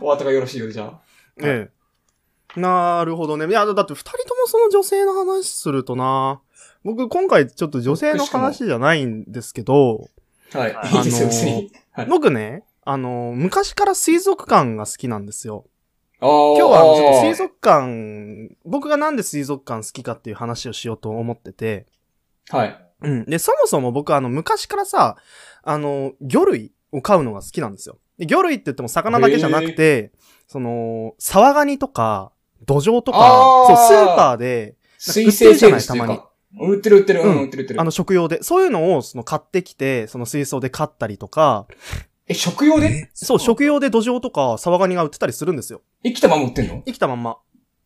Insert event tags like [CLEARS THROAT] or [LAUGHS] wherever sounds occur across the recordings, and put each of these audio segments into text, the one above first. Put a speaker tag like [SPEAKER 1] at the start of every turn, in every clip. [SPEAKER 1] お後がよろしいようで、じゃあ。
[SPEAKER 2] ええ。なるほどね。いや、だだって二人ともその女性の話するとな。僕、今回ちょっと女性の話じゃないんですけど、
[SPEAKER 1] はい。
[SPEAKER 3] はい
[SPEAKER 1] いいですよ、
[SPEAKER 2] あの
[SPEAKER 1] 別
[SPEAKER 2] ー
[SPEAKER 1] に。はい。
[SPEAKER 2] 僕ね、あの、昔から水族館が好きなんですよ。
[SPEAKER 1] あー
[SPEAKER 2] 今日はあのちょっと水族館、僕がなんで水族館好きかっていう話をしようと思ってて、
[SPEAKER 1] はい。
[SPEAKER 2] うん。で、そもそも僕あの、昔からさ、あの、魚類を飼うのが好きなんですよ。で魚類って言っても魚だけじゃなくて、その、サワガニとか、土壌とか
[SPEAKER 1] あ、
[SPEAKER 2] そう、
[SPEAKER 1] ー
[SPEAKER 2] スーパーで、
[SPEAKER 1] 水生生物という
[SPEAKER 2] 売ってるじゃないた
[SPEAKER 1] か。売ってる売ってる、う
[SPEAKER 2] うん
[SPEAKER 1] ん、売ってる売ってる
[SPEAKER 2] あ。の、食用で、そういうのを、その、買ってきて、その水槽で飼ったりとか、
[SPEAKER 1] え、食用で
[SPEAKER 2] そう、食用で土壌とか、サワガニが売ってたりするんですよ。
[SPEAKER 1] 生きたまま売ってんの
[SPEAKER 2] 生きたまんま。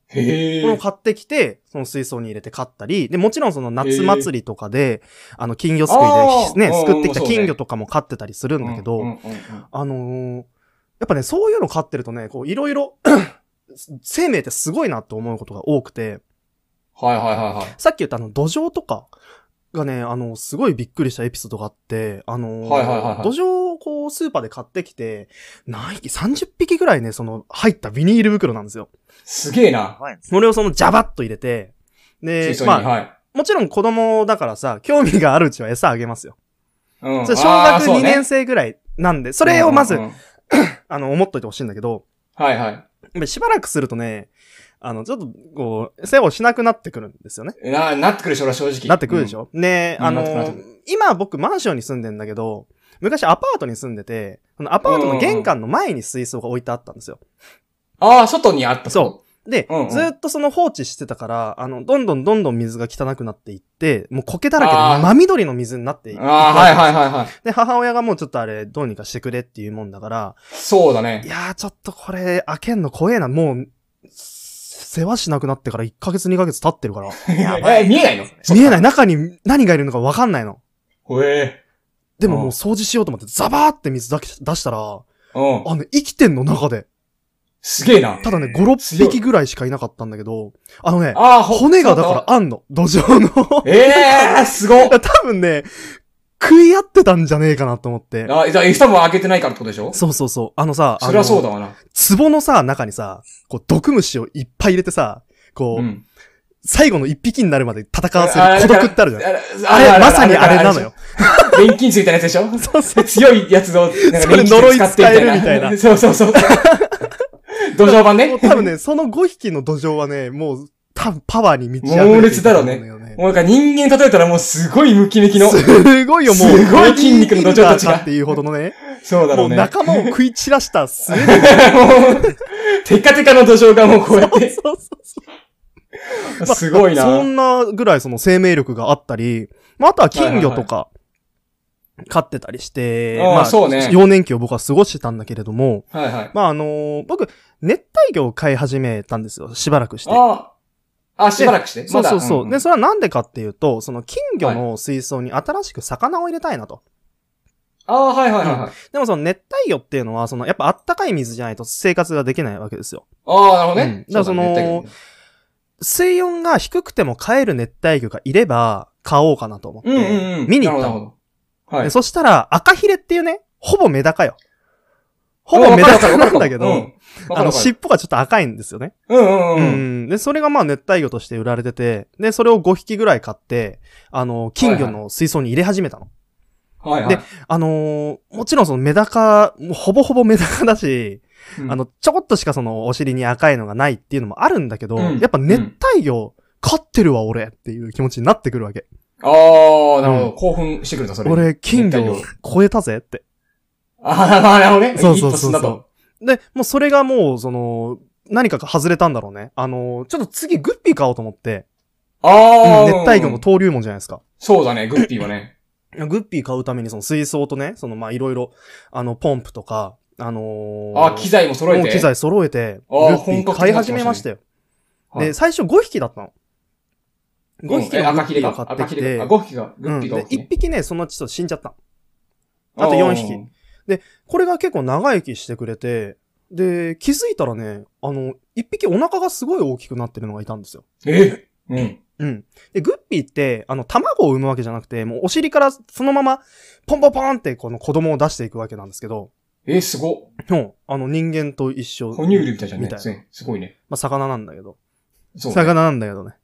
[SPEAKER 1] へ
[SPEAKER 2] これを
[SPEAKER 1] え。
[SPEAKER 2] 買ってきて、その水槽に入れて飼ったり、で、もちろんその夏祭りとかで、あの、金魚すくい
[SPEAKER 1] あー
[SPEAKER 2] で、ね、
[SPEAKER 1] うん
[SPEAKER 2] すくってきた
[SPEAKER 1] そうね
[SPEAKER 2] 金魚とかも飼ってたりするんだけど、
[SPEAKER 1] うんうんうんうん
[SPEAKER 2] あのーやっぱね、そういうの飼ってるとね、こう、いろいろ、 [CLEARS THROAT] 生命ってすごいなと思うことが多くて、
[SPEAKER 1] はいはいはいはい。
[SPEAKER 2] さっき言ったあの、土壌とかがね、あの、すごいびっくりしたエピソードがあって、あのー
[SPEAKER 1] はいはいはいはい
[SPEAKER 2] 土壌をこう、スーパーで買ってきて、何匹、30匹ぐらいね、その、入ったビニール袋なんですよ。
[SPEAKER 1] すげえな。
[SPEAKER 3] 怖いんです
[SPEAKER 2] それをその、ジャバッと入れて、で
[SPEAKER 1] 水、槽に。
[SPEAKER 2] まあ、
[SPEAKER 1] はい。
[SPEAKER 2] もちろん子供だからさ、興味があるうちは餌あげますよ。
[SPEAKER 1] うん
[SPEAKER 2] それ小
[SPEAKER 1] あー
[SPEAKER 2] 学
[SPEAKER 1] そう
[SPEAKER 2] 2
[SPEAKER 1] ね
[SPEAKER 2] 年生ぐらいなんで、それをまず、
[SPEAKER 1] うんうんうん
[SPEAKER 2] あの、思っといてほしいんだけど、
[SPEAKER 1] はいはい。
[SPEAKER 2] しばらくするとね、あの、ちょっと、こう、世話をしなくなってくるんですよね。
[SPEAKER 1] な、なってくるでしょ、俺は正直。
[SPEAKER 2] なってくるでしょ、ね
[SPEAKER 1] うん
[SPEAKER 2] あ
[SPEAKER 1] な
[SPEAKER 2] の
[SPEAKER 1] ってくるなって
[SPEAKER 2] ー、今僕マンションに住んでんだけど、昔アパートに住んでて、そのアパートの玄関の前に水槽が置いてあったんですよ。
[SPEAKER 1] うん。ああ、外にあった。
[SPEAKER 2] そで、
[SPEAKER 1] うんうん
[SPEAKER 2] ずっとその放置してたから、あの、どんどんどんどん水が汚くなっていって、もう苔だらけで
[SPEAKER 1] あー
[SPEAKER 2] 真緑の水になっていく
[SPEAKER 1] ああ、はいはいはいはい。
[SPEAKER 2] で、母親がもうちょっとあれ、どうにかしてくれっていうもんだから、
[SPEAKER 1] そうだ
[SPEAKER 2] い
[SPEAKER 1] ね。
[SPEAKER 2] やーちょっとこれ、開けんの怖えな、もう、世話しなくなってから1ヶ月2ヶ月経ってるから、
[SPEAKER 3] ね。 [LAUGHS] やば
[SPEAKER 1] え、
[SPEAKER 3] い。
[SPEAKER 1] 見えないの
[SPEAKER 2] 見えない中に何がいるのかわかんないの。
[SPEAKER 1] ほえ
[SPEAKER 2] でも
[SPEAKER 1] うん
[SPEAKER 2] もう掃除しようと思って、ザバーって水だけ出したら、あ
[SPEAKER 1] ー。うん。
[SPEAKER 2] の、生きてんの中で。
[SPEAKER 1] すげえな。
[SPEAKER 2] ただね、
[SPEAKER 3] えー
[SPEAKER 2] 5、6匹ぐらいしかいなかったんだけど、あのね、
[SPEAKER 1] ああ、ほ
[SPEAKER 2] 骨がだからあんの、土壌の。
[SPEAKER 1] ええー、すごっ。
[SPEAKER 2] [LAUGHS] 多分ね、食い合ってたんじゃねえかなと思って。
[SPEAKER 1] あ、じゃあ、餌も開けてないからってことでしょ
[SPEAKER 2] そうそうそう。あのさ、あ
[SPEAKER 1] そりゃ
[SPEAKER 2] の
[SPEAKER 1] そうだわな。
[SPEAKER 2] 壺のさ、中にさ、こう、毒虫をいっぱい入れてさ、こ
[SPEAKER 1] う
[SPEAKER 2] う、
[SPEAKER 1] ん。
[SPEAKER 2] 最後の一匹になるまで戦わせる孤独ってあるじゃん。
[SPEAKER 1] ん
[SPEAKER 2] あれ、まさにあれ
[SPEAKER 1] [LAUGHS]
[SPEAKER 2] なのよ。。
[SPEAKER 1] あれでしょ電気についたやつでしょ
[SPEAKER 2] そうそう。
[SPEAKER 1] 強いやつを、なん
[SPEAKER 2] そ
[SPEAKER 1] か電
[SPEAKER 2] れ
[SPEAKER 1] 気
[SPEAKER 2] 呪い
[SPEAKER 1] で使ってみたい
[SPEAKER 2] 使える
[SPEAKER 1] な。
[SPEAKER 2] みたいな
[SPEAKER 1] そうそうそう。土壌版
[SPEAKER 2] もう
[SPEAKER 1] ね。
[SPEAKER 2] 多分ね、その5匹の土壌はね、もう、多分パワーに満ち溢れて
[SPEAKER 1] 猛烈だろうね
[SPEAKER 2] と思うんよ
[SPEAKER 1] もうなんか人間例えたらもうすごいムキムキの。
[SPEAKER 2] [LAUGHS] すごいよ、もう。
[SPEAKER 1] [LAUGHS] すごい筋肉の土壌たちが
[SPEAKER 2] ボディービルダーかっていうほどのね、
[SPEAKER 1] そうだろ
[SPEAKER 2] も
[SPEAKER 1] う
[SPEAKER 2] う
[SPEAKER 1] ね。
[SPEAKER 2] 仲間を食い散らし
[SPEAKER 1] [LAUGHS]
[SPEAKER 2] たす [LAUGHS] ごい
[SPEAKER 1] もうテカテカの土壌がもうこうやって。
[SPEAKER 2] そうそうそ
[SPEAKER 1] すごいう
[SPEAKER 2] そ
[SPEAKER 1] な。
[SPEAKER 2] んなぐらいその生命力があったり、まあ、あとは金魚とか、飼ってたりして、
[SPEAKER 1] あー
[SPEAKER 2] ま
[SPEAKER 1] そうね
[SPEAKER 2] 幼年期を僕は過ごしてたんだけれども、
[SPEAKER 1] はいはい。
[SPEAKER 2] まあ、あのー僕、熱帯魚を飼い始めたんですよ、しばらくして。
[SPEAKER 1] ああ。あ、しばらくして。
[SPEAKER 2] そうそうそ
[SPEAKER 1] まだ
[SPEAKER 2] う。
[SPEAKER 1] んん
[SPEAKER 2] で、それはなんでかっていうと、その金魚の水槽に新しく魚を入れたいなと。
[SPEAKER 1] ああ、はいはいはいはい。
[SPEAKER 2] でもその熱帯魚っていうのは、そのやっぱあったかい水じゃないと生活ができないわけですよ。
[SPEAKER 1] ああ、なるほど
[SPEAKER 2] うん
[SPEAKER 1] ね。
[SPEAKER 2] だからその
[SPEAKER 1] うだね
[SPEAKER 2] 水温が低くても飼える熱帯魚がいれば、飼おうかなと思って、
[SPEAKER 1] うんうんうん。
[SPEAKER 2] 見に行っ
[SPEAKER 1] なるほど。
[SPEAKER 2] たの、
[SPEAKER 1] なるほどは
[SPEAKER 2] で
[SPEAKER 1] い。
[SPEAKER 2] そしたら、赤ヒレっていうね、ほぼメダカよ。ほぼメダカなんだけ
[SPEAKER 1] うん
[SPEAKER 2] ど、。
[SPEAKER 1] わか
[SPEAKER 2] あ
[SPEAKER 1] るわ
[SPEAKER 2] の、
[SPEAKER 1] かる
[SPEAKER 2] 尻尾がちょっと赤いんですよね。
[SPEAKER 1] うんうん
[SPEAKER 2] う
[SPEAKER 1] うん。
[SPEAKER 2] ん。で、それがまあ熱帯魚として売られてて、で、それを5匹ぐらい買って、あの、金魚の水槽に入れ始めたの。
[SPEAKER 1] はいはい。
[SPEAKER 2] であのーもちろんそのメダカ、もうほぼほぼメダカだし、
[SPEAKER 1] うん
[SPEAKER 2] あの、ちょこっとしかそのお尻に赤いのがないっていうのもあるんだけど、
[SPEAKER 1] うん
[SPEAKER 2] やっぱ熱帯魚、飼ってるわ俺っていう気持ちになってくるわけ。
[SPEAKER 1] ああ、なるほど。興奮してくると、それ。
[SPEAKER 2] 俺、金
[SPEAKER 1] 熱
[SPEAKER 2] 魚
[SPEAKER 1] 帯魚
[SPEAKER 2] 超えたぜって。
[SPEAKER 1] ああ、まあ、なるほどね。
[SPEAKER 2] そうそうそうそ
[SPEAKER 1] 一歩進
[SPEAKER 2] う
[SPEAKER 1] んだと
[SPEAKER 2] で、もうそれがもう、その、何かが外れたんだろうね。あのーちょっと次グッピー買おうと思って、
[SPEAKER 1] ああ、
[SPEAKER 2] うん熱帯魚の登竜門じゃないですか。
[SPEAKER 1] そうだね、グッピーはね。
[SPEAKER 2] グッピー買うためにその水槽とね、そのまあいろいろ、あの、ポンプとか、あのー
[SPEAKER 1] ああ、機材も揃え
[SPEAKER 2] もう
[SPEAKER 1] て。
[SPEAKER 2] 機。材揃えて、
[SPEAKER 1] あ
[SPEAKER 2] グ
[SPEAKER 1] ー
[SPEAKER 2] ッピー買い始めましたよ。
[SPEAKER 1] 本格的になってましたねは
[SPEAKER 2] で、
[SPEAKER 1] い
[SPEAKER 2] 最初5匹だったの。5匹のグ
[SPEAKER 1] 赤
[SPEAKER 2] ッ
[SPEAKER 1] ひれ
[SPEAKER 2] ピー
[SPEAKER 1] が
[SPEAKER 2] を。買っ
[SPEAKER 1] 赤
[SPEAKER 2] て
[SPEAKER 1] ひ
[SPEAKER 2] き
[SPEAKER 1] れ
[SPEAKER 2] て、
[SPEAKER 1] が。あ、5匹が、グ
[SPEAKER 2] う
[SPEAKER 1] ッ
[SPEAKER 2] ん
[SPEAKER 1] ピー
[SPEAKER 2] で
[SPEAKER 1] が大きい
[SPEAKER 2] 1
[SPEAKER 1] ね。
[SPEAKER 2] 匹ね、そのうちちょっと死んじゃったの。あと4匹
[SPEAKER 1] あー。
[SPEAKER 2] これが結構長生きしてくれて、で、気づいたらね、あの、1匹お腹がすごい大きくなってるのがいたんですよ。
[SPEAKER 1] えうん。
[SPEAKER 2] うん。で、グッピーって、あの、卵を産むわけじゃなくて、もうお尻からそのまま、ポンポンポンってこの子供を出していくわけなんですけど、
[SPEAKER 1] えー、すごっ。
[SPEAKER 2] うんあの人間と一緒。
[SPEAKER 1] 哺乳類みたいじゃんね。
[SPEAKER 2] みたい
[SPEAKER 1] ねすごいね。
[SPEAKER 2] まあ、魚なんだけど。
[SPEAKER 1] そう、ね。
[SPEAKER 2] 魚なんだけ
[SPEAKER 1] [LAUGHS]
[SPEAKER 2] どね。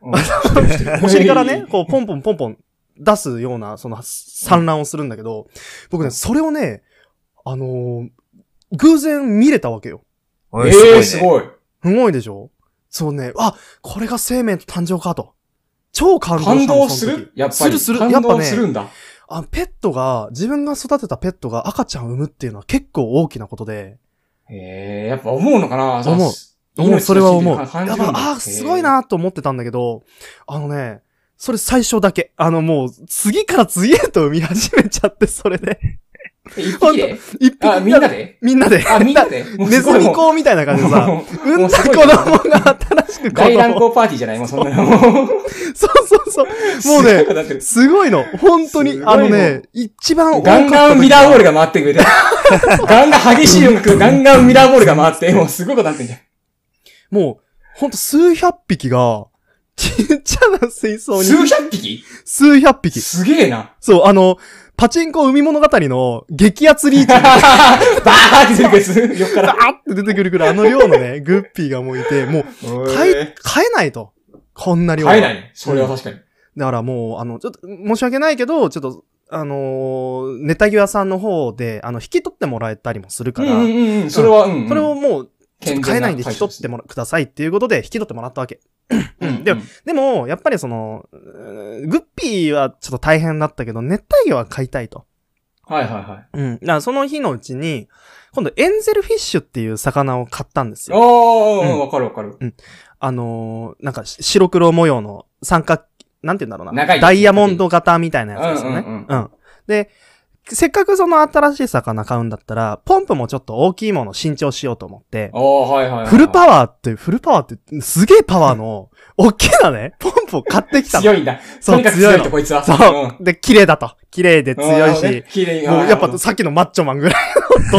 [SPEAKER 1] うん知ってる知ってる
[SPEAKER 2] お尻からね、こう、ポンポンポンポン出すような、その、産卵をするんだけど、僕ね、それをね、あのー偶然見れたわけよ。
[SPEAKER 1] え
[SPEAKER 3] すごい
[SPEAKER 1] ー、
[SPEAKER 3] ね
[SPEAKER 1] すごい。
[SPEAKER 2] すごいでしょそうね、あ、これが生命の誕生かと。超感動したの
[SPEAKER 1] 感動す
[SPEAKER 2] その時
[SPEAKER 1] るやっ
[SPEAKER 2] す
[SPEAKER 1] ぱり。
[SPEAKER 2] るする。
[SPEAKER 1] 感
[SPEAKER 2] やっぱ
[SPEAKER 1] 動
[SPEAKER 2] ね
[SPEAKER 1] す、るんだ。
[SPEAKER 2] あペットが、自分が育てたペットが赤ちゃんを産むっていうのは結構大きなことで、
[SPEAKER 1] えー、やっぱ思うのかな
[SPEAKER 2] 思う。
[SPEAKER 1] さ
[SPEAKER 2] もうそれは思う。や
[SPEAKER 1] 命
[SPEAKER 2] っ
[SPEAKER 1] の真、髄を感じ
[SPEAKER 2] ぱ
[SPEAKER 1] るんだ
[SPEAKER 2] ああ、すごい。なと思ってたんだけど、あのね、それ最初だけ。あのもう、次から次へと見始めちゃって、それで。
[SPEAKER 1] えーえ一匹で
[SPEAKER 2] 一匹
[SPEAKER 1] あ、みんなで
[SPEAKER 2] みんなで。
[SPEAKER 1] あ、みんな
[SPEAKER 2] [LAUGHS]
[SPEAKER 1] で
[SPEAKER 2] ネズミ
[SPEAKER 1] う
[SPEAKER 2] 講みたいな感じでさ、
[SPEAKER 1] もう
[SPEAKER 2] 産んだ
[SPEAKER 1] す
[SPEAKER 2] 子
[SPEAKER 1] ごい
[SPEAKER 2] 供
[SPEAKER 1] よ
[SPEAKER 2] が新しく子
[SPEAKER 1] 大乱
[SPEAKER 2] 供。
[SPEAKER 1] 行パーティーじゃないもうそん
[SPEAKER 2] [LAUGHS]
[SPEAKER 1] なの。もう
[SPEAKER 2] そうそうそう。もうね、
[SPEAKER 1] だって
[SPEAKER 2] すごいの。本当
[SPEAKER 1] す
[SPEAKER 2] に
[SPEAKER 1] ごい。の
[SPEAKER 2] あのね、一番多か
[SPEAKER 1] ガ
[SPEAKER 2] った
[SPEAKER 1] ンガンミ
[SPEAKER 2] 時
[SPEAKER 1] ラーボールが回って
[SPEAKER 2] [LAUGHS]
[SPEAKER 1] くれて。ガンガン激しい音楽、ガンガンミラーボールが回って、もうすごいことなってんじゃん。
[SPEAKER 2] もう、ほんと数百匹が、ちっちゃな水槽に
[SPEAKER 1] 数百匹
[SPEAKER 2] 数百匹。
[SPEAKER 1] すげえな。 [LAUGHS]
[SPEAKER 2] そう、あの、パチンコ海物語の激アツリーチ
[SPEAKER 1] バ
[SPEAKER 2] が
[SPEAKER 1] ーって出てくるやつ、横か
[SPEAKER 2] バ
[SPEAKER 1] ら。
[SPEAKER 2] ーって出てくるくらい、あの量のね、グッピーがもういて、もう、買い、買えないと。こんな量は。
[SPEAKER 1] 入らない。それは確かに。
[SPEAKER 2] だからもう、あの、ちょっと、申し訳ないけど、ちょっと、あのーネタ際さんの方で、あの、引き取ってもらえたりもする
[SPEAKER 1] う
[SPEAKER 2] か
[SPEAKER 1] ん
[SPEAKER 2] ら、
[SPEAKER 1] うんうん。それは、うん。
[SPEAKER 2] それを、もう、ちょっと買えないんで引き取って
[SPEAKER 1] も
[SPEAKER 2] もら、くださいっていうことで、引き取ってもらったわけ。
[SPEAKER 1] う
[SPEAKER 2] うん
[SPEAKER 1] ん。で
[SPEAKER 2] でも
[SPEAKER 1] も、
[SPEAKER 2] でも、やっぱりその、うーグッピーはちょっと大変だったけど、熱帯魚は買いたいと。
[SPEAKER 1] はいはいはい。
[SPEAKER 2] うん。だからその日のうちに、今度エンゼルフィッシュっていう魚を買ったんです
[SPEAKER 1] あ
[SPEAKER 2] よ。
[SPEAKER 1] あ、
[SPEAKER 2] うん
[SPEAKER 1] わかるわかる。
[SPEAKER 2] あのーなんかし白黒模様の三角、なんて言うんだろうな。
[SPEAKER 1] 長い
[SPEAKER 2] ダイヤモンド型みたいなやつですよね。
[SPEAKER 1] うんうん
[SPEAKER 2] で、せっかくその新しい魚買うんだったら、ポンプもちょっと大きいものを新調しようと思って
[SPEAKER 1] あ、あ、はいはいはい。
[SPEAKER 2] フルパワーって、フルパワーって、すげえパワーの、大きなね、ポンプを買ってきたの。
[SPEAKER 1] 強いんだ。
[SPEAKER 2] そう
[SPEAKER 1] とにかく強
[SPEAKER 2] 強い
[SPEAKER 1] い
[SPEAKER 2] の
[SPEAKER 1] とこいつは。
[SPEAKER 2] そう、で、綺麗だと。綺麗で
[SPEAKER 1] うん。
[SPEAKER 2] 強い
[SPEAKER 1] なるほど
[SPEAKER 2] し
[SPEAKER 1] ね、、綺麗に
[SPEAKER 2] もうやっ
[SPEAKER 1] あ
[SPEAKER 2] ぱ
[SPEAKER 1] ー
[SPEAKER 2] さっきのマッチョマンぐらい の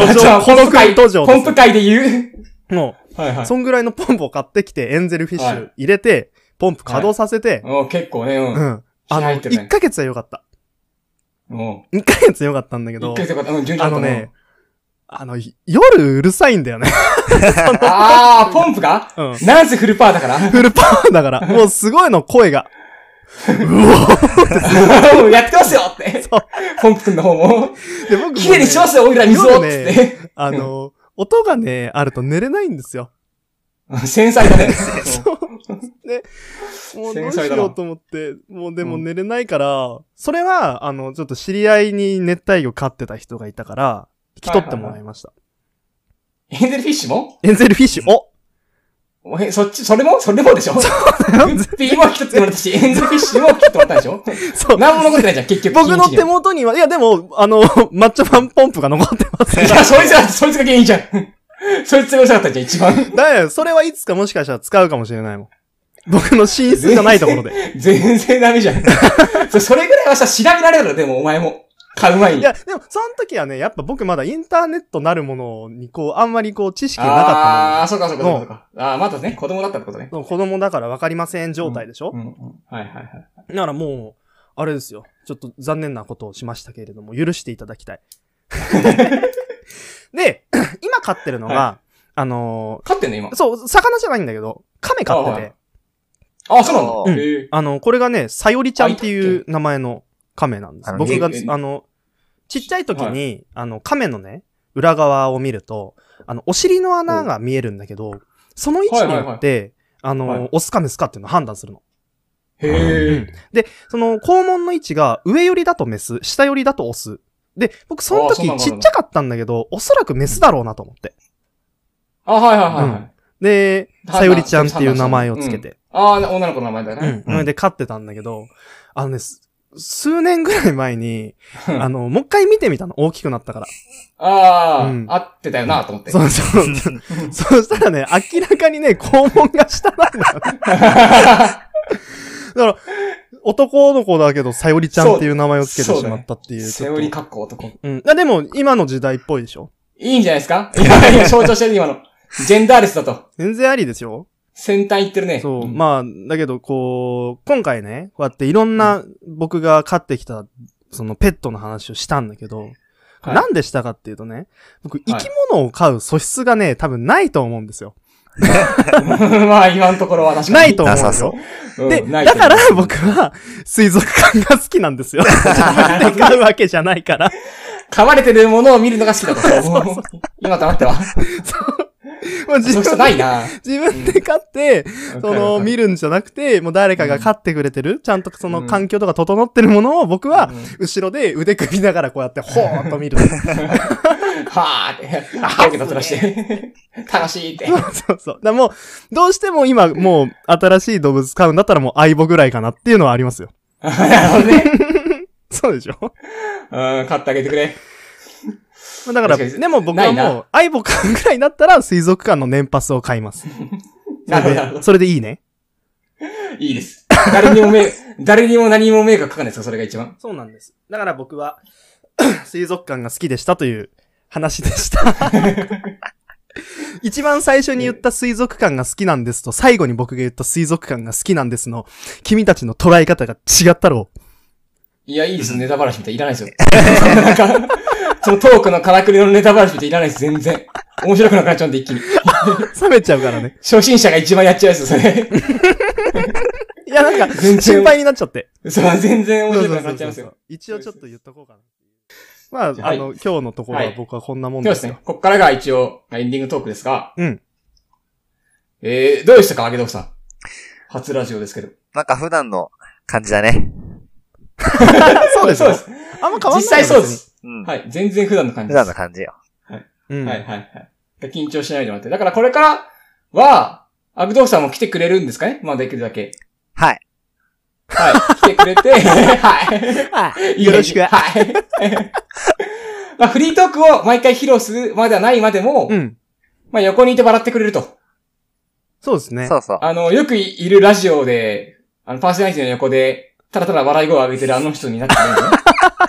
[SPEAKER 1] [LAUGHS] マッ
[SPEAKER 2] 土
[SPEAKER 1] チョマン
[SPEAKER 2] 壌、孤独な土
[SPEAKER 1] ポン
[SPEAKER 2] 壌
[SPEAKER 1] プ
[SPEAKER 2] で
[SPEAKER 1] 界で言う。
[SPEAKER 2] す。も
[SPEAKER 1] はいは
[SPEAKER 2] う、
[SPEAKER 1] い
[SPEAKER 2] そんぐらいのポンプを買ってきて、エンゼルフィッシ
[SPEAKER 1] は
[SPEAKER 2] ュ
[SPEAKER 1] い
[SPEAKER 2] 入れて、ポンプ稼働させて、
[SPEAKER 1] うん。結構ね、う。
[SPEAKER 2] うんん。あの、
[SPEAKER 1] 開いてるね
[SPEAKER 2] 1ヶ月は良かった。
[SPEAKER 1] うん。
[SPEAKER 2] 1ヶ月は良かったんだけ
[SPEAKER 1] 一
[SPEAKER 2] ど、
[SPEAKER 1] 回とか、うん、順調だ
[SPEAKER 2] あ
[SPEAKER 1] った
[SPEAKER 2] の
[SPEAKER 1] な
[SPEAKER 2] ね、、あの、夜うるさいんだよね。
[SPEAKER 1] ああ、ポンプが
[SPEAKER 2] うん。
[SPEAKER 1] なんせフルパーだから。
[SPEAKER 2] フルパワーだから、もうすごいの声が。うお
[SPEAKER 1] [LAUGHS] もうやってますよって。ポンプくんの方も。
[SPEAKER 2] で、僕もね
[SPEAKER 1] 綺麗にしますよ、おいら水をっ
[SPEAKER 2] よ
[SPEAKER 1] つっ
[SPEAKER 2] くね
[SPEAKER 1] て。
[SPEAKER 2] あの、音がね、あると寝れないんですよ。
[SPEAKER 1] 繊細だね。
[SPEAKER 2] もうど
[SPEAKER 1] 繊
[SPEAKER 2] うし
[SPEAKER 1] 細だな
[SPEAKER 2] ようと思って、もうでも
[SPEAKER 1] うん
[SPEAKER 2] 寝れないから、それは、あの、ちょっと知り合いに熱帯魚飼ってた人がいたから、引き取ってもらいました。
[SPEAKER 1] エンゼルフィッシュも
[SPEAKER 2] エンゼルフィッシュ、 [LAUGHS] お
[SPEAKER 1] おへそっち、それもそれもでしょ
[SPEAKER 2] よ
[SPEAKER 1] グッピーも引き取ってもらったし、エンゼルフィッシュも引き取ってもらったでしょ
[SPEAKER 2] そう。
[SPEAKER 1] 何も残ってないじゃん、結局。
[SPEAKER 2] 僕の
[SPEAKER 1] 一日に
[SPEAKER 2] 手
[SPEAKER 1] は
[SPEAKER 2] 元には、いやでも、あの、 [LAUGHS] マッチョマンポンプが残ってますか
[SPEAKER 1] い
[SPEAKER 2] ら。
[SPEAKER 1] [LAUGHS] や、そいつが、そいつが原因じゃん。 [LAUGHS] そいつが良さかったじゃん、一
[SPEAKER 2] [LAUGHS]
[SPEAKER 1] 番。
[SPEAKER 2] だよ、それはいつかもしかしたら使うかもしれないもん。僕の寝室じゃないところで。
[SPEAKER 1] 全然ダメじゃん。 [LAUGHS] そそれぐらいはさ、調べられるだろ、でもお前も。買う前
[SPEAKER 2] い
[SPEAKER 1] に。
[SPEAKER 2] や、でも、その時はね、やっぱ僕まだインターネットなるものに、こう、あんまりこう、知識がなか
[SPEAKER 1] あ
[SPEAKER 2] っ
[SPEAKER 1] あー、そうかそうかそうかそうか。ああ、まだね、子供だったってことね。
[SPEAKER 2] たもん。子供だから分かりません状態でしょ、
[SPEAKER 1] うんうん。はいはいはい。
[SPEAKER 2] だからもう、あれですよ。ちょっと残念なことをしましたけれども、許していただきたい。で、今飼ってるのが、
[SPEAKER 1] は
[SPEAKER 2] あの
[SPEAKER 1] 飼ってんの、今
[SPEAKER 2] ー。そう、魚じゃないんだけど、亀飼って
[SPEAKER 1] あは
[SPEAKER 2] て
[SPEAKER 1] い、ああ、そうなん
[SPEAKER 2] うん
[SPEAKER 1] だ。へえ。
[SPEAKER 2] あの、これがね、さよりちゃんってい
[SPEAKER 1] あいう
[SPEAKER 2] 名前の亀なんです
[SPEAKER 3] あ。の
[SPEAKER 2] 僕が
[SPEAKER 1] ええ、
[SPEAKER 2] あの、ちっちゃい時に、あの、亀のね、裏側を見ると、あの、お尻の穴が見えるんだけど、その位置によって、あの、
[SPEAKER 1] はい
[SPEAKER 2] オスかメスかっていうのを判断するの。
[SPEAKER 1] へえ。
[SPEAKER 2] その肛門の位置が上寄りだとメス、下寄りだとオス。で、僕その
[SPEAKER 1] あそうな
[SPEAKER 2] 時
[SPEAKER 1] んだ
[SPEAKER 2] ちっちゃかったんだけど、おそらくメスだろうなと思って。
[SPEAKER 1] あ、はいはいはいは
[SPEAKER 2] う
[SPEAKER 1] い。
[SPEAKER 2] で、
[SPEAKER 1] 判断
[SPEAKER 2] さよりちゃんっていう名前をつけて。
[SPEAKER 1] ああ、女の子の名前だ
[SPEAKER 2] うん
[SPEAKER 1] ね。。
[SPEAKER 2] それで飼ってたんだけど、あのね、す数年ぐらい前に、あの、もう一回見てみたの。大きくなったから。
[SPEAKER 1] あ
[SPEAKER 2] うん
[SPEAKER 1] あ、合ってたよなと思って。 [LAUGHS]
[SPEAKER 2] そうそう。 [LAUGHS] そうしたらね、明らかにね、肛門が下なんだよ。男の子だけど、さよりちゃんっていう名前をつけてしまったっていう。
[SPEAKER 1] セオリー
[SPEAKER 2] ちょ
[SPEAKER 1] か
[SPEAKER 2] っ
[SPEAKER 1] っこ男。
[SPEAKER 2] とうん。あでも、今の時代っぽいでしょ
[SPEAKER 1] いいんじゃないです
[SPEAKER 2] [LAUGHS]
[SPEAKER 1] かいやいや、象徴してる今の。ジェンダーレスだと。
[SPEAKER 2] 全然ありですよ。
[SPEAKER 1] 先端行ってるね。
[SPEAKER 2] そう。
[SPEAKER 1] ん
[SPEAKER 2] まあ、だけど、こう、今回ね、こうやっていろんな僕が飼ってきた、そのペットの話をしたんだけど、
[SPEAKER 1] はい
[SPEAKER 2] なんでしたかっていうとね、僕、生
[SPEAKER 1] はい
[SPEAKER 2] き物を飼う素質がね、多分ないと思うんですよ。
[SPEAKER 1] [LAUGHS] まあ、今のところは確かに。
[SPEAKER 2] ないと思う
[SPEAKER 3] なんさ
[SPEAKER 2] です
[SPEAKER 3] そ
[SPEAKER 1] う
[SPEAKER 2] よ。。
[SPEAKER 3] う
[SPEAKER 1] ん
[SPEAKER 2] で、
[SPEAKER 1] ない
[SPEAKER 2] だから僕は、水族館が好きなんですよ。
[SPEAKER 1] [LAUGHS]
[SPEAKER 2] 自分で飼うわけじゃないから。
[SPEAKER 1] 噛まれてるものを見るのが好き
[SPEAKER 2] [LAUGHS]
[SPEAKER 1] だと。今となっては。
[SPEAKER 2] もう自
[SPEAKER 1] そういう人
[SPEAKER 2] 分
[SPEAKER 1] な
[SPEAKER 2] で
[SPEAKER 1] いな。
[SPEAKER 2] 自分で飼って、 [LAUGHS] その、見るんじゃなくて、もう誰かが飼ってくれてる、ちゃんとその環境とか整ってるものを僕は、後ろで腕組みながらこうやって、ほーっと見 [LAUGHS] る。
[SPEAKER 1] はーって、早く脱らして。楽しいって。
[SPEAKER 2] そうそう。だからもう、どうしても今、もう、新しい動物飼うんだったらもう、相棒ぐらいかなっていうのはありますよ。
[SPEAKER 1] なるほどね。
[SPEAKER 2] そうでしょ
[SPEAKER 1] うん、買ってあげてくれ。
[SPEAKER 2] まあだから、
[SPEAKER 1] 確かに
[SPEAKER 2] でも僕は
[SPEAKER 1] ない
[SPEAKER 2] もう、相棒飼うぐらいだったら、水族館の年パスを買います。
[SPEAKER 1] なるほどなるほ
[SPEAKER 2] それでいいね。
[SPEAKER 1] ど。いいです。誰にも目、誰にも何も迷惑かかんないですかそれが一番。
[SPEAKER 2] そうなんです。だから僕 [LAUGHS] は、水族館が好きでしたという話でした。 [LAUGHS] 一番最初に言った水族館が好きなんですと、最後に僕が言った水族館が好きなんですの、君たちの捉え方が違ったろう。
[SPEAKER 1] いや、いいです。ネタバラシみたいいらないですよ。 [LAUGHS] なんか、そのトークのからくりのネタバラシみたいいらないです。全然。面白くなくなっちゃうんで、一気に。
[SPEAKER 2] 冷めちゃうからね。
[SPEAKER 1] 初心者が一番やっちゃうやつですよ、それ。
[SPEAKER 2] いや、なんか、
[SPEAKER 1] 全然
[SPEAKER 2] 心配になっちゃって。
[SPEAKER 1] [LAUGHS] そう、全然面白くなく
[SPEAKER 2] そ
[SPEAKER 1] な
[SPEAKER 2] う
[SPEAKER 1] っちゃい
[SPEAKER 2] そ
[SPEAKER 1] ま
[SPEAKER 2] う
[SPEAKER 1] す
[SPEAKER 2] そ
[SPEAKER 1] よ
[SPEAKER 2] う。。一応ちょっと言っとこうかな。まあ、
[SPEAKER 1] はい
[SPEAKER 2] あの、今日のところは僕はこんなもん
[SPEAKER 1] そう
[SPEAKER 2] で
[SPEAKER 1] ですす
[SPEAKER 2] よ
[SPEAKER 1] ね。。こっからが一応、エンディングトークですが。
[SPEAKER 2] うん。
[SPEAKER 1] えー、どうでしたか、あげどうさん。初ラジオですけど。
[SPEAKER 3] なんか普段の感じだね。
[SPEAKER 2] そうです。
[SPEAKER 1] そうです。
[SPEAKER 2] あんま変わんない。
[SPEAKER 1] 実際そうで。す。
[SPEAKER 3] うん。
[SPEAKER 1] はい。全然普段の感じ
[SPEAKER 3] 普
[SPEAKER 1] です。
[SPEAKER 3] 段の感じよ。
[SPEAKER 2] うん。
[SPEAKER 1] はいはいはい。緊張しないでもらって。だからこれからは、アグドーさんも来てくれるんですかねまあできるだけ。
[SPEAKER 3] はい。
[SPEAKER 1] はい。来てくれ
[SPEAKER 2] [LAUGHS]
[SPEAKER 1] て、は。
[SPEAKER 2] はいよろしく [LAUGHS]
[SPEAKER 1] はい。まあフリートークを毎回披露するまではないまでも、
[SPEAKER 2] い。うん。
[SPEAKER 1] まあ横にいて笑ってくれると。
[SPEAKER 2] そうですね。
[SPEAKER 3] そうそう。
[SPEAKER 1] あの、よくいるラジオで、あの、パーソナリティの横で、ただただ笑い声を上げ
[SPEAKER 2] [LAUGHS]
[SPEAKER 1] てるあの人になってく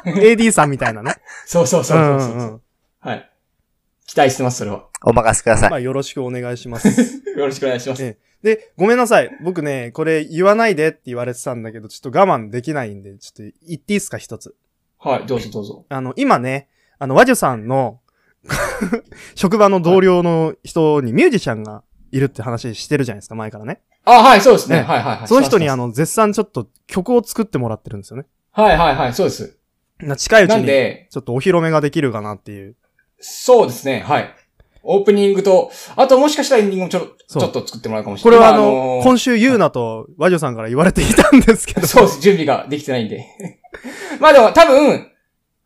[SPEAKER 1] れるのね。
[SPEAKER 2] AD さんみたいなね。
[SPEAKER 1] そう [LAUGHS] そうそうそうそう
[SPEAKER 2] うんうんうん
[SPEAKER 1] はい。期待してます、それは。
[SPEAKER 3] お任せください
[SPEAKER 2] ま。あ、よろしくお願いし
[SPEAKER 1] [LAUGHS]
[SPEAKER 2] ます。
[SPEAKER 1] よろしくお願いします。
[SPEAKER 2] えで、ごめんなさい。僕ね、これ言わないでって言われてたんだけど、ちょっと我慢できないんで、ちょっと言っていいですか、一つ。
[SPEAKER 1] はい、どうぞどうぞ。
[SPEAKER 2] あの、今ね、あの、和女さんの、 [LAUGHS] 職場の同僚の人にミュージシャンがいるって話してるじゃないですか、前からね。
[SPEAKER 1] あ、はい、そうですね。
[SPEAKER 2] ね
[SPEAKER 1] はいはいはい。
[SPEAKER 2] その人にあ
[SPEAKER 1] の、
[SPEAKER 2] の、絶賛ちょっと曲を作ってもらってるんですよね。
[SPEAKER 1] はいはいはい、そうです。
[SPEAKER 2] な近いうち
[SPEAKER 1] なん
[SPEAKER 2] に、
[SPEAKER 1] で、
[SPEAKER 2] ちょっとお披露目ができるかなっていう。
[SPEAKER 1] そうですね、はい。オープニングと、あともしかしたらエンディングもちょち
[SPEAKER 2] そう
[SPEAKER 1] ょっと作ってもらうかもし
[SPEAKER 2] こ
[SPEAKER 1] れ
[SPEAKER 2] れ
[SPEAKER 1] ない。
[SPEAKER 2] はあ
[SPEAKER 1] ま
[SPEAKER 2] の、
[SPEAKER 1] ー
[SPEAKER 2] 今週ゆうなと和女さんから言われていたんですけど。
[SPEAKER 1] そうです、準備ができてないんで。 [LAUGHS] まあでも多分、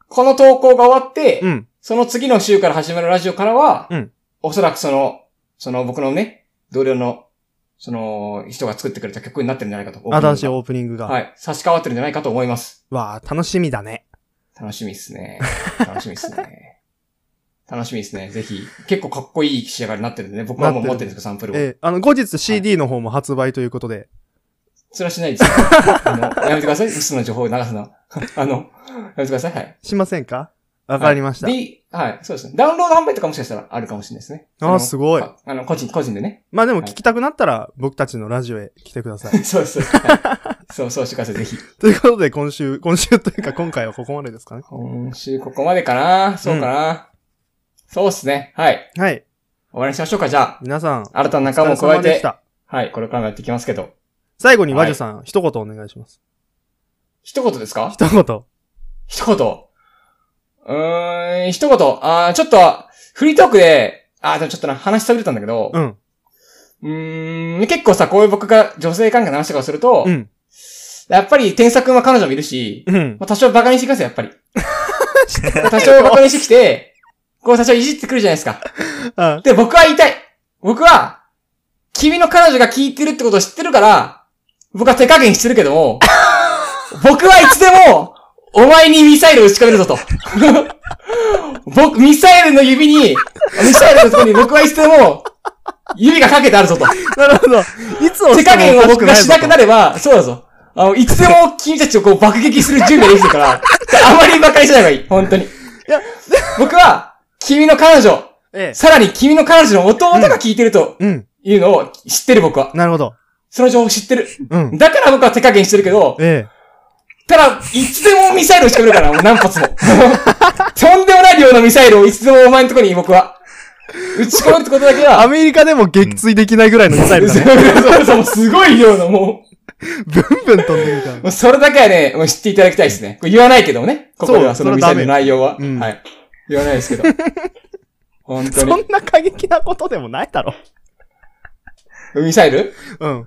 [SPEAKER 1] この投稿が終わって、
[SPEAKER 2] [LAUGHS] うん。
[SPEAKER 1] その次の週から始まるラジオからは、
[SPEAKER 2] うん
[SPEAKER 1] おそらくその、その僕のね、同僚の、その、人が作ってくれた曲になってるんじゃないかと。
[SPEAKER 2] 新しい
[SPEAKER 1] オープニング
[SPEAKER 2] オープニングが。
[SPEAKER 1] がはい。差し替わってるんじゃないかと思います。
[SPEAKER 2] わあ楽しみだね。
[SPEAKER 1] 楽しみです
[SPEAKER 2] [LAUGHS]
[SPEAKER 1] ね。楽しみですね。楽しみですね。ぜひ。結構かっこいい仕上がりになってるんでね。僕はもう持ってるんですけど、サンプルを。
[SPEAKER 2] えーあの、後日 CD の方も発売ということで、
[SPEAKER 1] それはしないですよ。 [LAUGHS] あの、やめてください。嘘の情報を流すのは。 [LAUGHS] あの、やめてください。はい。
[SPEAKER 2] しませんかわかりました。
[SPEAKER 1] はいではい。そうですね。ダウンロード販売とかもしかしたらあるかもしれないですね。
[SPEAKER 2] あー
[SPEAKER 1] の
[SPEAKER 2] すごい
[SPEAKER 1] ああの、個人、個人でね。
[SPEAKER 2] まあでも聞きたくなったら、僕たちのラジオへ来てください。
[SPEAKER 1] [LAUGHS] そうそう。はいそう、そうしてください。ぜひ。
[SPEAKER 2] [LAUGHS] ということで、今週、今週というか今回はここまでですかね。
[SPEAKER 1] 今週ここまでかなそうかな、そうですね。はい。
[SPEAKER 2] はい。
[SPEAKER 1] 終わりにしましょうか。じゃ
[SPEAKER 2] 皆さん、
[SPEAKER 1] あ、新たな
[SPEAKER 2] お疲
[SPEAKER 1] 仲間
[SPEAKER 2] れ
[SPEAKER 1] を加え
[SPEAKER 2] 様で
[SPEAKER 1] て
[SPEAKER 2] し。た。
[SPEAKER 1] はい。これからもやっていきますけど。
[SPEAKER 2] 最後に和女さん、一言お願いします。
[SPEAKER 1] 一言ですか
[SPEAKER 2] 一言。
[SPEAKER 1] 一言。うーん、一言。あーちょっと、フリートークで、あーでもちょっとな、話しそびれたんだけど、
[SPEAKER 2] うん。
[SPEAKER 1] うーん、結構さ、こういう僕が女性関係の話とかをすると、
[SPEAKER 2] うん。
[SPEAKER 1] やっぱり天作も彼女もいるし、
[SPEAKER 2] うん。
[SPEAKER 1] まあ、多少バカにしてきますよ、やっぱ
[SPEAKER 2] [LAUGHS]
[SPEAKER 1] り。多少バカにしてきて、こう多少いじってくるじゃないですか。
[SPEAKER 2] あ
[SPEAKER 1] で、僕は言いたい。僕は、君の彼女が聞いてるってことを知ってるから、僕は手加減してるけども、 [LAUGHS] 僕はいつでも、お前にミサイルを打ち込めるぞと。 [LAUGHS] 僕、ミサイルの指に、ミサイルのところに僕はいつでも、指がかけてあるぞと。
[SPEAKER 2] なるほど。いつ押
[SPEAKER 1] 手
[SPEAKER 2] して
[SPEAKER 1] 加
[SPEAKER 2] も
[SPEAKER 1] 減
[SPEAKER 2] お
[SPEAKER 1] を
[SPEAKER 2] か
[SPEAKER 1] 僕
[SPEAKER 2] しくな
[SPEAKER 1] が
[SPEAKER 2] い
[SPEAKER 1] し
[SPEAKER 2] ぞ
[SPEAKER 1] なくなれば、そうだぞ。あの、いつでも君たちをこう爆撃する準備ができてるから、あまり馬鹿にしない方がいい。本当に。い
[SPEAKER 2] や、
[SPEAKER 1] 僕は、君の彼女、
[SPEAKER 2] ええ。
[SPEAKER 1] [LAUGHS] さらに君の彼女の弟が聞いてると
[SPEAKER 2] うん。
[SPEAKER 1] いうのを知ってる僕は。
[SPEAKER 2] なるほど。
[SPEAKER 1] その情報知ってる。
[SPEAKER 2] うん。
[SPEAKER 1] だから僕は手加減してるけど、
[SPEAKER 2] ええ。
[SPEAKER 1] ただ、いつでもミサイルを仕掛けるから、もう何
[SPEAKER 2] [LAUGHS]
[SPEAKER 1] 発も。とんでもない量のミサイルをいつでもお前のところに僕は、打ち込むってことだけ
[SPEAKER 2] ア
[SPEAKER 1] は、
[SPEAKER 2] メリカでも撃墜できないぐらいのミサイルだね。
[SPEAKER 1] そうそう、すごい量の、も
[SPEAKER 2] ブンブン飛んでるから
[SPEAKER 1] う、。もうそれだけはね、もう知っていただきたいですね。これ言わないけどもね、ここでは
[SPEAKER 2] そ
[SPEAKER 1] そうのミサイルの内容は。
[SPEAKER 2] それはダメうん
[SPEAKER 1] はい。言わないで
[SPEAKER 2] [LAUGHS]
[SPEAKER 1] すけど。本当
[SPEAKER 2] そ
[SPEAKER 1] に。
[SPEAKER 2] んな過激なことでもないだろ。
[SPEAKER 1] ミサイル
[SPEAKER 2] うん。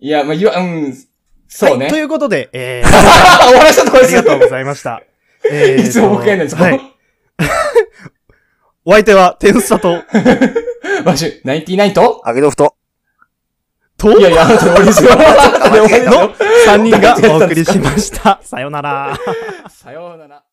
[SPEAKER 1] いや、まあ、言わ、うん、そうね。
[SPEAKER 2] はいということで、え
[SPEAKER 1] あ
[SPEAKER 2] ー、
[SPEAKER 1] はは [LAUGHS] 終わらせたとこ
[SPEAKER 2] あ
[SPEAKER 1] ろ
[SPEAKER 2] りがとう
[SPEAKER 1] で
[SPEAKER 2] ございました。えー
[SPEAKER 1] す。いつも僕がやるんですか、
[SPEAKER 2] はい。お相手は、天佐と、
[SPEAKER 1] マシュ、ナインティナインと
[SPEAKER 3] 揚げ豆腐と、
[SPEAKER 2] と、
[SPEAKER 1] いやいや、あなた終わりですよ。あなたで終わりですよ
[SPEAKER 2] の3人がお送りしました。さようなら。
[SPEAKER 1] さようなら。